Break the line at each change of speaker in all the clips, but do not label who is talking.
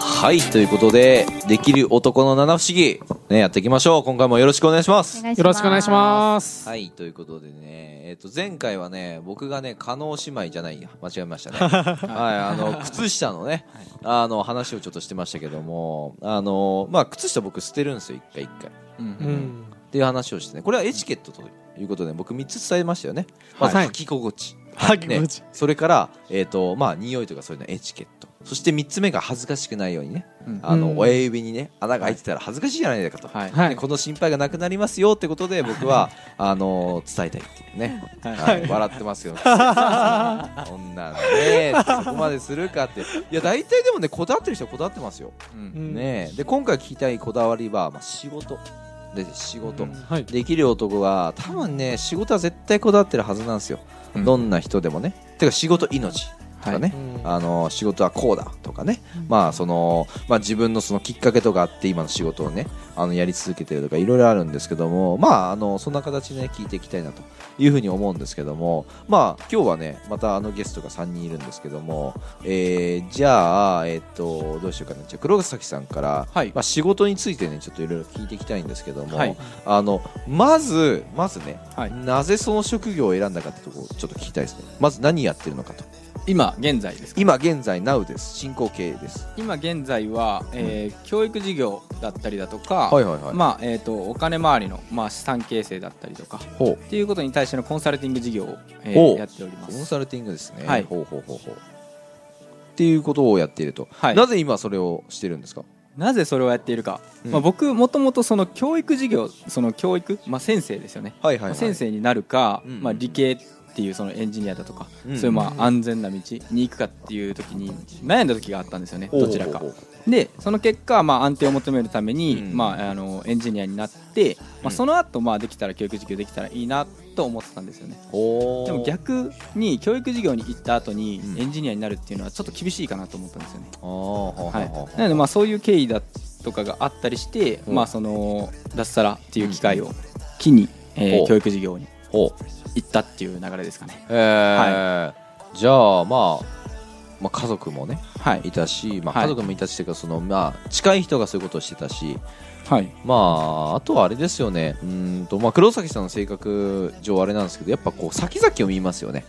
はい、ということで、できる男の七不思議、ね、やっていきましょう。今回もよろしくお願いします。
よろしくお願いします。
はい、ということでね、えっと、前回はね、僕がね、加納姉妹じゃないや、間違えました ね。はい、あの、靴下のね、あの、話をちょっとしてましたけども、あの、まあ、靴下僕捨てるんですよ、一回一回。
うん。
っていう話をしてね、これはエチケットということで、僕3つ伝えましたよね。まず、
はい
履き心地。
はい履き心地
ねそれから、えっと、まあ、匂いとかそういうのエチケット。そして3つ目が恥ずかしくないようにね、あ
う
の、
ん
親指にね、穴が開いてたら恥ずかしいじゃないかと。
はい。
は
で
い。
この心配がなくなりますよってことで僕はあのー伝えたいっていうね、
はい
はい笑ってますけど そんなんねそこまでするかっていや大体でもねこだわってる人はこだわってますよ、
うん
ねえで今回聞きたいこだわりは、まあ、仕事で仕事、
うん
はい。
できる男は多分ね仕事は絶対こだわってるはずなんですよ、
うん
どんな人でもねてか仕事命とかね、
は
あの仕事はこうだとかね、まあそのまあ、自分のそのきっかけとかあって今の仕事をねあのやり続けてるとかいろいろあるんですけども、まあ、あのそんな形で、ね、聞いていきたいなというふうに思うんですけども、まあ、今日はねまたあのゲストが3人いるんですけども、えーじゃあ、えっとどうしようかなじゃあ黒崎さんから、
はい
まあ、仕事についてねちょっといろいろ聞いていきたいんですけども、
はい
あのまずまずね、
はい
なぜその職業を選んだかってとこをちょっと聞きたいですねまず何やってるのかと。
今現在ですか。
今現在 NOW です進行形です
今現在は、えー教育事業だったりだとか、
はいはいはい
まあえっ、とお金回りのまあ資産形成だったりとか
ほう
っていうことに対してのコンサルティング事業を、えー
お
やっておりま
コン
す。
サルティングですね
はい
ほうほうほうほうっていうことをやっていると、
はい
なぜ今それをしてるんですか
なぜそれをやっているか。
うん
まあ僕もともとその教育事業その教育まあ先生ですよね。
はいは
まあ先生になるか、
うん
まあ理系っていうそのエンジニアだとか、
うん
そういうまあ安全な道に行くかっていう時に悩んだ時があったんですよね。
ほうほ
ど
うほう
ちらか。でその結果、まあ、安定を求めるために、
うん
まあ、あのエンジニアになって、
う
まあ、
ん
その後、まあできたら教育事業できたらいいなと思ってたんですよね
ほう
でも逆に教育事業に行った後に
うん
エンジニアになるっていうのはちょっと厳しいかなと思ったんですよね、
あーほうほう
は
ほ
いう
ほう、
なのでまあそういう経緯だとかがあったりして、
うん
まあ、その脱サラっていう機会を機に、え
お
ー教育事業に
ほう
行ったっていう流れですかね
えーじゃあまあまあ、家族もね
はい
いたし、まあ、
はい
家族もいたしというかその、まあ、近い人がそういうことをしてたし、
はい
まあ、あとはあれですよねうーんと、まあ、黒崎さんの性格上あれなんですけどやっぱこう先々を見ますよね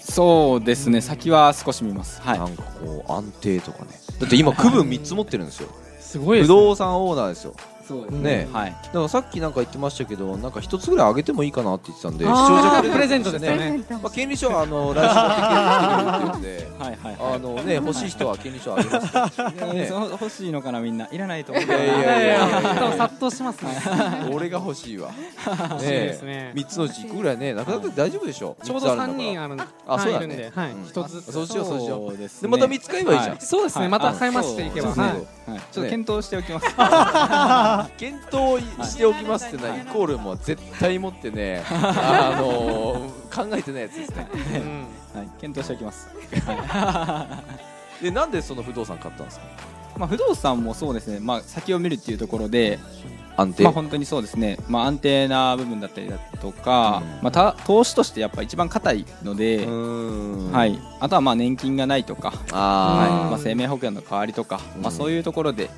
そうですね先は少し見ますはい
なんかこう安定とかねだって今区分3つ持ってるんですよ
すごいで
不
すね。
動産オーナーですよ
そうです
ね
はい
だからさっきなんか言ってましたけどなんか一つぐらい上げてもいいかなって言ってたんで視聴
あ
者
ープレ
ま
ゼン
あ、権利書はあの来週持ってきてくれるっていうこ
はいはいはい
とであのね欲しい人は権利書あげますから
えー
ね
そう欲しいのかなみんないらないと思う
いやいや
いやいやい
いや
や
いやいや
多分殺到しますね。
俺が欲しいわ
欲しいですね
3つのうち1個ぐらいねなくなって大丈夫でしょ
ちょ
三
うど
つある
三
んだか
人
ら
あるん
あそう
い
だ
るん
ね
で、はい
うん。
一つずつ。
そうしようそうしよ
そうです
う
ね
でまた見つかればいいじゃん
は
そうですね。
はい
また買い増していけば。
そうそう
はい
はい、ちょ
ね
っと検討しておきます。
検討しておきますってのはイコールもう絶対持って ねあの考えてないやつですね
うん
はい、検討しておきます。
でなんでその不動産買ったんですか
まあ、不動産もそうですね、まあ、先を見るっていうところで、
安定、
まあ、本当にそうですね、まあ、安定な部分だったりだとか
うん、
まあ、た投資としてやっぱ一番硬いの
う
で、
ーん
はい、あとはまあ年金がないとか、はい
あ
うん
まあ、生命保険の代わりとか、
うん
まあ、そういうところで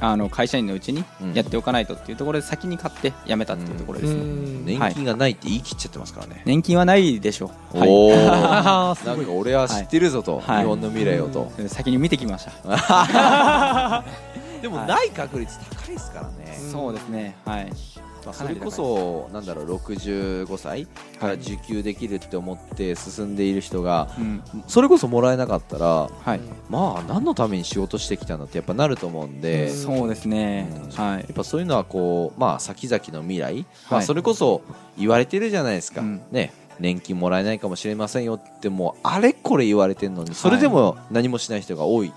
あの会社員のうちに
うん
やっておかないとっていうところで先に買って辞めたっていうところですね、
ー
ん
年金がないって言い切っちゃってますからね、
年金はないでしょう、はい
おお な
ああ、すご
ん
い
か。俺は知ってるぞと、
はい
日本の未来をと、
先に見てきました、
でも
はい
ない確率高いですからね、
うん
そうですねはい
まあ、それこそなんだろう65歳から受給できるって思って進んでいる人が
うん
それこそもらえなかったら
はい、
まあ何のために仕事してきたんだってやっぱなると思うんで、
うん
や
そうですね、
うん
はい
っぱそういうのはこうまあ先々の未来、まあそ
れ
れこそ言われてるじゃないですか、
うん
ね年金もらえないかもしれませんよってもうあれこれ言われてるのにそれでも何もしない人が多い、
ん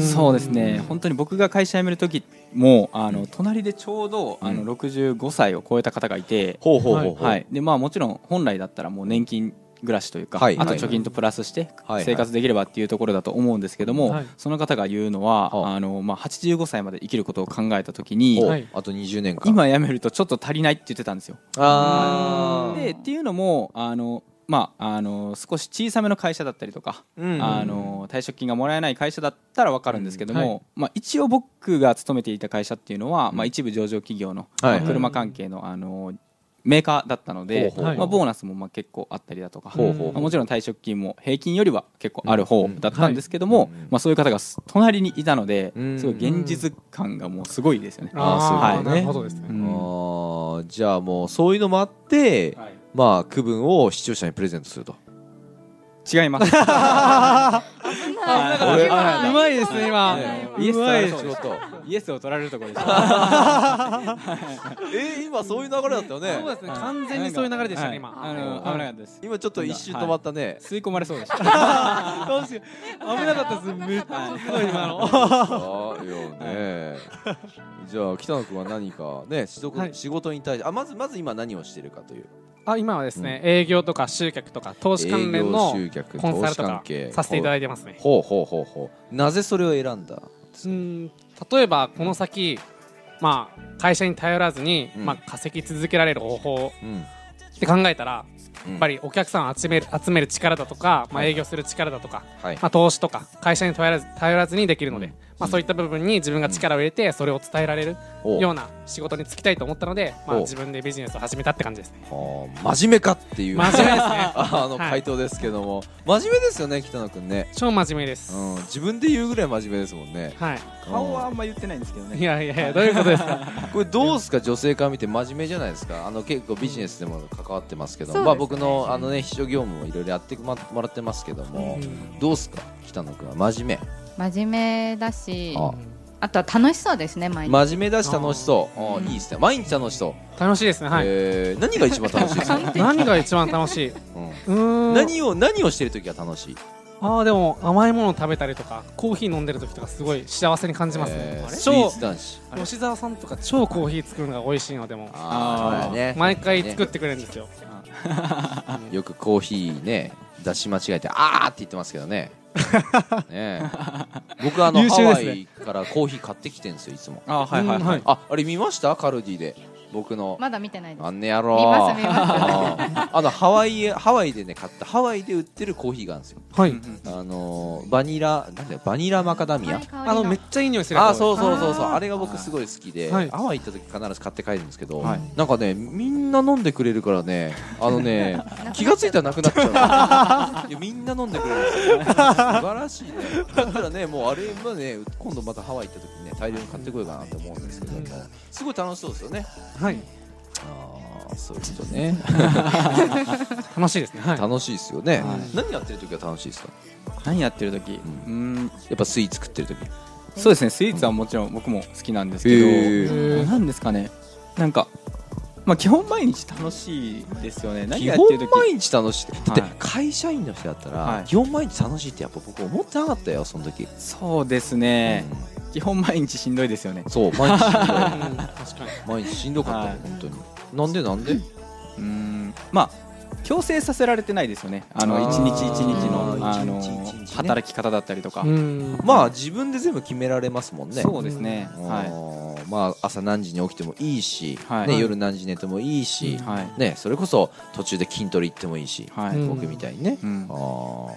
そうですね本当に僕が会社辞める時もあの隣でちょうどあ
う
の65歳を超えた方がいて、
ほうほうほうほう、
はいでまあ、もちろん本来だったらもう年金暮らしというか、
はい
あと
はい
貯金とプラスして
はい
生活できればっていうところだと思うんですけども、
はい
その方が言うのは、
はあ
あのまあ、85歳まで生きることを考えた時に、
ほう
はい
あと20年間
今辞めるとちょっと足りないって言ってたんですよ。
あー
でっていうのもあのまあ、あの少し小さめの会社だったりとか、
うん
あの退職金がもらえない会社だったら分かるんですけども、
うんはい
まあ、一応僕が勤めていた会社っていうのは、まあ、一部上場企業の、
はいはい
まあ車関係のあのメーカーだったの
ほ
で、
うほうほう
まあ、ボーナスもまあ結構あったりだとか、
ほうほうほう
まあもちろん退職金も平均よりは結構ある方だったんですけども、
うんはい
まあ、そういう方がす隣にいたので、
うん
すごい現実感がもうすごいですよね。
あ
あーそういうこと
あ、
ね
なるほどですね。
うん
あーじゃあもうそういうのもあって、まあ区分を視聴者にプレゼントすると
違い ます。
あ
俺
うまいうまいですね、今。
ね
イエ
う
ス
ま
取
いです。
仕事
イエスを取られるところです。
え今そういう流れだったよ
そうですね、完全にそういう流れでしたね、今。
あの危なかったです。
今ちょっと一瞬止まったね、
吸い込まれそうでした。
どうしよう危なかったです、めっちゃすごい、今の。
そうよね。じゃあ北野君は何かね仕事,、
はい
仕事に対してあまずまず今何をしてるかという
あ今はですね、営業とか集客とか投資関連
営業
の
集客
コンサル
投資
と
関
か
係
させていた
い
だいてますね
てほうほうほうほうなぜそれを選んだ
うん例えばこの先、まあ、会社に頼らずに、
うん
まあ、稼ぎ続けられる方法
うん
って考えたら
うん
やっぱりお客さんを集める集める力だとか、まあ、営業する力だとか、
はい
まあ、投資とか会社に頼らず頼らずにできるので、まあ、そういった部分に自分が力を入れてそれを伝えられる
お
ような仕事に就きたいと思ったので、まあ、
お
自分でビジネスを始めたって感じですね。
はあ真面目かっていう
真面目ですね
あの
はい
回答ですけども、真面目ですよね北野君ね、
超真面目です、
うん、自分で言うぐらい真面目ですもんね
はい
顔はあんま言ってないんですけど
い
ね。
やいやいやどういうことで すか
これどうですか女性から見て真面目じゃないですかあの結構ビジネスでも関わってますけど、
そうですね
まあ僕のあのね秘書業務もいろいろやってもらってますけども、どうですか北野君は真面
真面目だし
あ
あとは楽しそうですね毎
目
日
真面目だし楽しそうあーいいですね毎日楽しそう、
楽しいですねはい、
えー何が一番楽しいです か、
何が一番楽しいう
う
ー
ん、
ん
何を何をしてる時が楽しい
ああでも甘いものを食べたりとかコーヒー飲んでる時とかすごい幸せに感じますね
え、ースイー
超
ツ男子
れ
吉沢さんとか超コーヒー作るのが美味しいのでも
あー
あー
ね
毎回作っ
ね
てくれるんですよ、
よくコーヒーね出し間違えてあーって言ってますけど ねねえ僕あの、
優
ハ
秀で
ワ
すね
イからコーヒー買ってきてんですよいつも
あはいはいはい。
ああれ見ましたカルディで僕の
まだ見てないで
あ
す
んねやろ
見ます見ます
あーあのハワイへハワイでね買ったハワイで売ってるコーヒーがあるんですよ
はい、
あのーバニラなんだよバニラマカダミア
甘い香り
あのめっちゃいい匂いする
あ
や
ー
つ
そうそうそうそう
あー
あれが僕すごい好きで、
はい
ハワイ行った時必ず買って帰るんですけど、
はい
なんかねみんな飲んでくれるからねあの ね気がついたらなくなっちゃういやみんな飲んでくれるんですよ素晴らしいねだったらねもうあれはね今度またハワイ行った時にね大量に買ってこようかなと思うんですけどもすごい楽しそうですよね
はい
ああそういうことね
楽しいですねはい
楽しいですよね、
はい
何やってる時は楽しいですか
何やってる時？
う
うん。
やっぱスイーツ食ってる時
そうですね。スイーツはもちろん僕も好きなんです
へ
け
ー
ど、なんですかね。なんか。まあ基本毎日楽しいですよね。何
基
やっ
本
てる時？
毎日楽しいだって
はい
会社員の人だった
は
ら
い
基本毎日楽しいってやっぱ僕思ってなかったよその時
そうですね。
う
基本毎日しんどいですよね
ん。そう毎日しんどい
うん確かに
毎日しんどかった
は
もん
い
本当になんでなんで
うん。まあ。強制させられてないですよね。あ
あー
の一日一日の
あー
あの
一日一日ね
働き方だったりとか。
うん
まあ自分で全部決められますもんね
そうですね。は
はいまあ朝何時に起きてもいいし
はい
ね夜何時に寝てもいいし
い。はい。
ねそれこそ途中で筋トレ行ってもいいし
はい。
うん
僕みたいにね
うん
あーそっ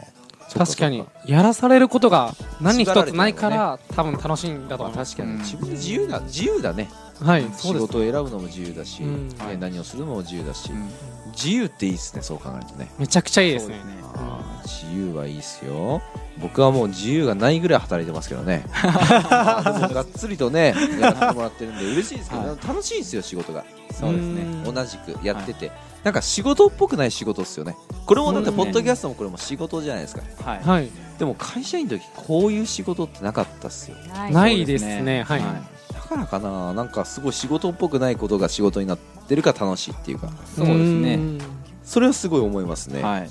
そっ
確かにやらされることが何一つないか
縛
ら多分楽しいんだと
まあ
思います、
確か
う
に
ん
自分で自由だ自由だね
はい
仕
そうです
事を選ぶのも自由だし
うん
ね
はい
何をするのも自由だし
うん
自由っていいですねそう考えるとね
めちゃくちゃいいです
そう
ね
ですね。
あー自由はいいっすよ僕はもう自由がないぐらい働いてますけど ねあーでもがっつりとねやらせてもらってるんで嬉しいですけど、
は
楽しいですよ仕事が
そうですね。
ん
同じくやってて、なんか仕事っぽくない仕事っすよねこれもだって
うん
ポッドキャストもこれも仕事じゃないですか
はい。
はい
でも会社員の時こういう仕事ってなかったっすよ
はい
な
はい
いですねはい
だからかななんかすごい仕事っぽくないことが仕事になってるから楽しいっていうか
そうですね
ん
それはすごい思いますね、
はい。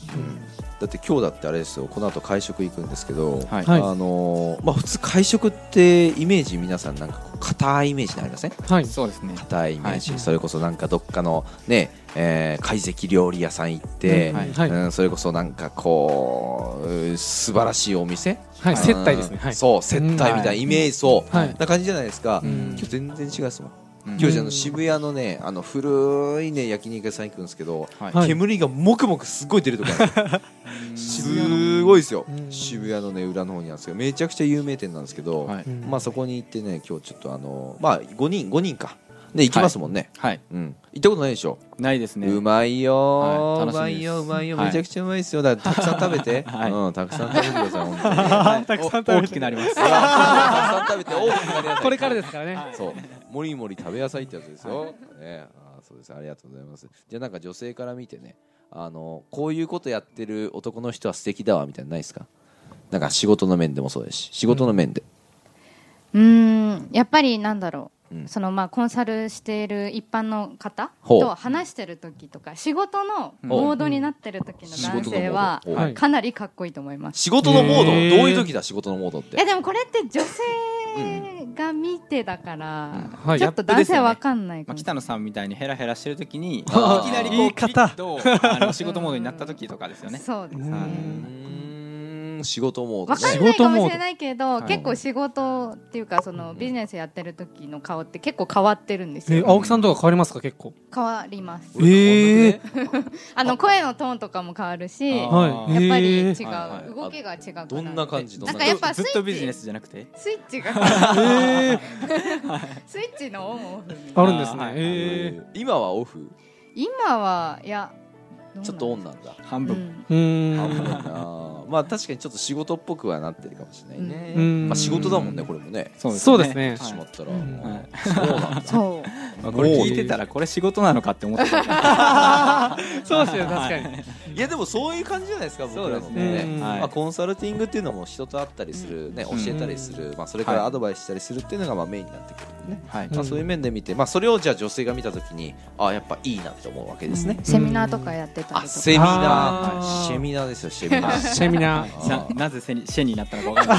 だって今日だってあれですよこの後会食行くんですけど、
はい。
はい
あのーまあ、普通会食ってイメージ皆さんなんかこう硬いイメージになりません
はい
そうですね。
硬いイメージ、
はい
それこそなんかどっかのね、えー、懐石料理屋さん行って、
うん
はい
はい、
うん、それこそなんかこううん素晴らしいお店、
はい、接待です
うん
ね。はい。
そう接待みたいなイメージ、そう、
はい
な感じじゃないですか、
うん
今日全然違うですもん今日じゃあの渋谷のねあの古いね焼肉屋さん行くんですけど、
はい
はい
煙がもくもくすっごい出るとかあ るすごいですよ
うん
渋谷のね裏の方にあるんですけどめちゃくちゃ有名店なんですけど、
はい
うん
まあそこに行ってね今日ちょっとあのまあ5人5人かで行きますもんね、
はい
うん行ったことないでしょ
ないですね
うまいよ
は
ー、
いう
ま
楽
い
しみです
ようまいよ
はい
めちゃくちゃうまいですよだ からたくさん食べて、
はい
うんたくさん食べてください本 当に
はい
たくさん食べて
お大きくなります
たくさん食べて大きくなりなさい
これからですからね、
そうもりもり食べ野菜ってやつですよ、ねあーそうですありがとうございますじゃあなんか女性から見てねあのこういうことやってる男の人は素敵だわみたいなのないですかなんか仕事の面でもそうですし仕事の面で、
うーんやっぱりなんだろう、
うん
そのまあコンサルしている一般の方
ほう
と話してる時とか仕事のモードになってる時の
仕事の
男
モ
性
ー
は
ド、
は
はい
い
かなりかっこいいと思います
仕事のモード、
へー
どういう時だ仕事のモードって
えでもこれって女性が見てだから、
はい
ちょっと男性はわかんないか
まあ、
もしれ
北野さんみたいにヘラヘラしてる時 にいき
あー
なりこう
言い方
ピリッとあの仕事モードになった時とかですよ
ない
ね
そうです
う
ね
うんーん仕事モ
わ
ード
か
ね
んないかもしれないけど、
事モード
結構仕事っていうかそのビジネスやってる時の顔って結構変わってるんです
え
よ、
青木さんとか変わりますか結構
変わります
ええ
あの声のトーンとかも変わるし
あ
やっ
はい
ぱり違う、
えー
はいはい
動きが違うから
どんな感じど
なんかやっぱスイ
ずっ
ッチ
とビジネスじゃなくて
スイッチが
ええ
スイッチのオンオフに
あるんですね
あーはい
ええ
今はオフ
今はいやどうなん
ちょっとオンなんだ
半
う
分、
ん
う
あ
ーん
ーまあ確かにちょっと仕事っぽくはなってるかもしれないね、
うん
まあ、仕事だもんねこれもね
そう
そうですね
やってしまったら、
はい
もう
はい
そうなんだ
そう
まあこれ聞いてたらこれ仕事なのかって思ってた
そうですよ確か に、
いやでもそういう感じじゃないですか僕らの
そう
で
ね
すね
まあ
はい
コンサルティングっていうのも人と会ったりする、ね、教
ん
えたりする、まあ、それからアドバイスしたりするっていうのがまあメインになってくるんでね、
はい
まあ、そういう面で見て、まあ、それをじゃあ女性が見た時にああやっぱいいなって思うわけですね、
セミナーとかやってた
あ
りと
セミ
か
ナー
あー
シェミナーですよシェミナ ー
セミナー
な
あ
なぜセにシェになったのかわかんない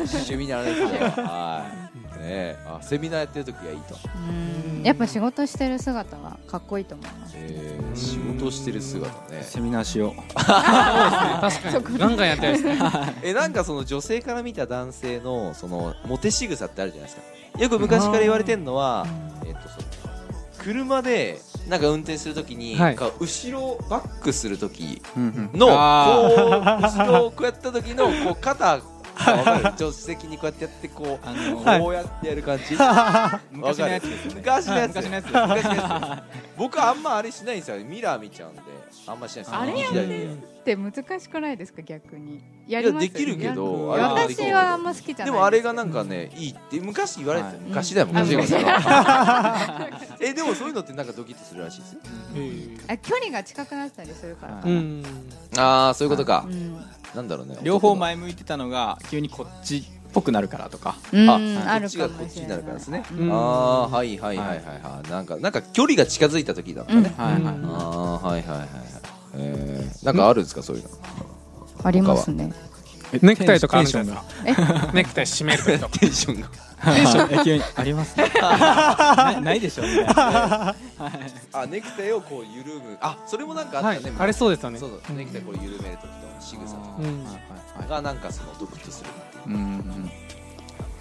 ーシェミナーですよはいねえあセミナーやってる時がいいと、
うんやっぱ仕事してる姿はかっこいいと思います
えー仕事してる姿ね
セミナーしよ
確かにガンガンやってるですね
えなんかその女性から見た男性のそのモテ仕草ってあるじゃないですかよく昔から言われてるのは、えっと、その車でなんか運転するときに、
はい
か後ろバックするとき
う、うん
のこう
あ
後ろをこうやった時のこう肩あわ かる助手席にこうやってやってこう
あの
はい
こうやってやる感じ、
昔のやつですよね
昔のやつ
昔のやつ
昔のやつです僕あんまあれしないんですよミラー見ちゃうんであんましないですよ
あれや
左で
で難しくないですか逆にやります
いやできるけど
やる
あれはで
る
私
き
けど
はあんま好きじゃない
でもあれが
な
なんかねいいって昔言われてた、
はい
昔だよ
うん
昔だよ
あ
昔 えでもそういうのってなんかドキッとするらしいですよ
距離が近くなったりするからか
う
な、
ん
ああそういうことか、
うん
なんだろうね
両方
男の
前向いてたのが急にこっちっぽくなるからとか
うん、
あ
あ
こっ
る
ち
か
がこ
も
っち
し
に
れ
な
ない
るからですね、
うん
ああーはいはいはいはいはいなんかなんか距離が近づいた時だったね、
はいはい
うん
ああーはいはいはいはいえー、なんかあるんですかそういうの
ありますね
ネクタイとかあるんじゃない
か
え
ネクタイ締めるときとか
テンションが
急にありますねなないでしょみたいな
あネクタイをこう緩むあそれも なんかあ
は
っ
い
たね、、
あれそうですよね
そうそうネクタイこう緩める時と仕草と
う
うん
んはいはいは
がなんかそのドキッとする
いうん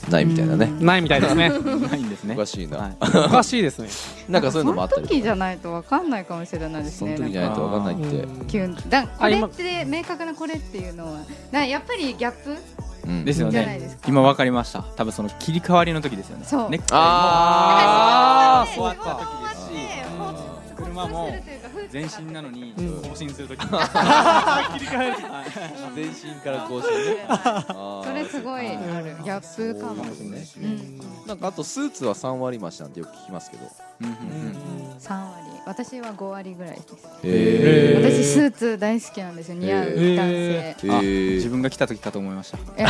ないみたいなね、
うん
ないみた いですね
ないんですね
おかしいな、
はい
おかしいですね
なんかそういうのもあった
そ
り
の
とか
時じゃないとわかんないかもしれないです
その
ね
時じゃ
な
なんい
か
と分かんないって
キュンだ
あ
これ
今
って明確なこれっていうのはなやっぱりギャップ
うん
ですよ
じゃないで
ね
すか
今わかりました多分その切り替わりの時ですよね
そう
ネクタイも
あ
仕
終
事
わ
終
った
わ
時ですし
ってほっ
車も
ほっとするというかふって
全
なって
身なのに
うん
更新する時切り替え
全身からこうし
そう
てね
ですね
あー
それすごい
あ
あるギャップかも
そうです
う
ね
ん
なんかあとスーツは3割増しなんてよく聞きますけど
る
三割私は五割ぐらいです
へ
私
ー
スーツ大好きなんですよ似合う男性
へ
え
あ自分が来た時かと思いました
え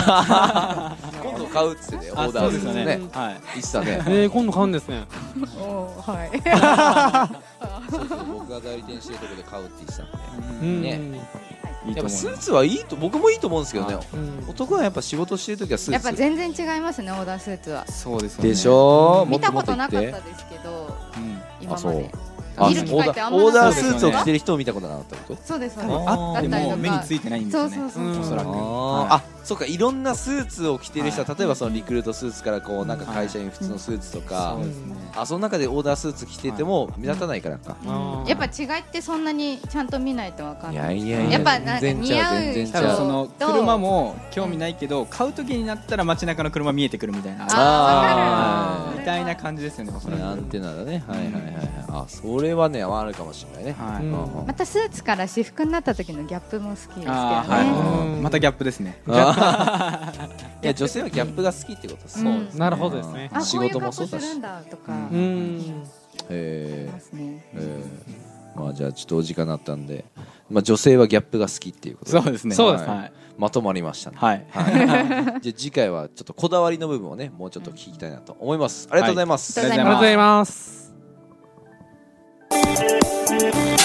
今度買うっつってねオ
あ
ーダーす
そ
る
う
ね
ですよ
ね
はい
言ってたね
えー、今度買うんですね
おーはい
そうそう僕が代理店してるとこで買うって言ってたんで
うん
ね
い
や
いと
っぱ
思
ス
い
ー
ます
ツはいいと僕もいいと思うんですけどね
は
うん
男はやっぱ仕事してる時はス
や
ー
っぱ
ツ
全然違いますねオーダースーツは
そうですよね
でしょ
うん
も
見
っと
た
も
こ
っと言
とな
っ
かってたですけど
うん
今
あ
ま
そう
で
あオ
見る機会
ー
って
ダ
あ
ー
んまな
オーダ
か
ー
っ
ス
た
ーツを着て
る
る人を見たことなかったってこと
そうですそうです
あっても目についてないんですよね
そうそうそう
おそらく
あー
はい
あそうかいろんなスーツを着てる人は、
は
例えばそのリクルートスーツからこうなんか
はい
会社員普通のスーツとか、
そうですね
あその中でオーダースーツ着てても目立たないからか、
あー
やっぱ違いってそんなにちゃんと見ないとわかんない
いや
やっ
ぱなんか
全然ちゃ
似合う
全然ち
多
ゃ
分
う
その車も興味ないけど買う時になったら街中の車見えてくるみたいな
あー
わかる
みたいな感じですよねおそ
そ
ら
れ
く
アンテナだねはいはいはいはいあそれはねあるかもしれないね、
はい
うんうん
またスーツから私服になった時のギャップも好きですけどね、
あー
は
はいまたギャップですね
あーいや女性はギャップが好きってことですね
そうですね
なるほどですね
うん
あ
仕
こういう
事
格
もそ
好
う
す
だ
る
し
んだとか、
う
う
あ
ん
え
りま
ー
すね
えーまあじゃあちょっとお時間になったんで、まあ、女性はギャップが好きっていうことで
そうですね
そうです
ね
はい
まとまりましたね、
はい
はい、じゃあ次回はちょっとこだわりの部分をねもうちょっと聞きたいなと思いますありがとうございます、
はいありがとうございます
ありがとうございます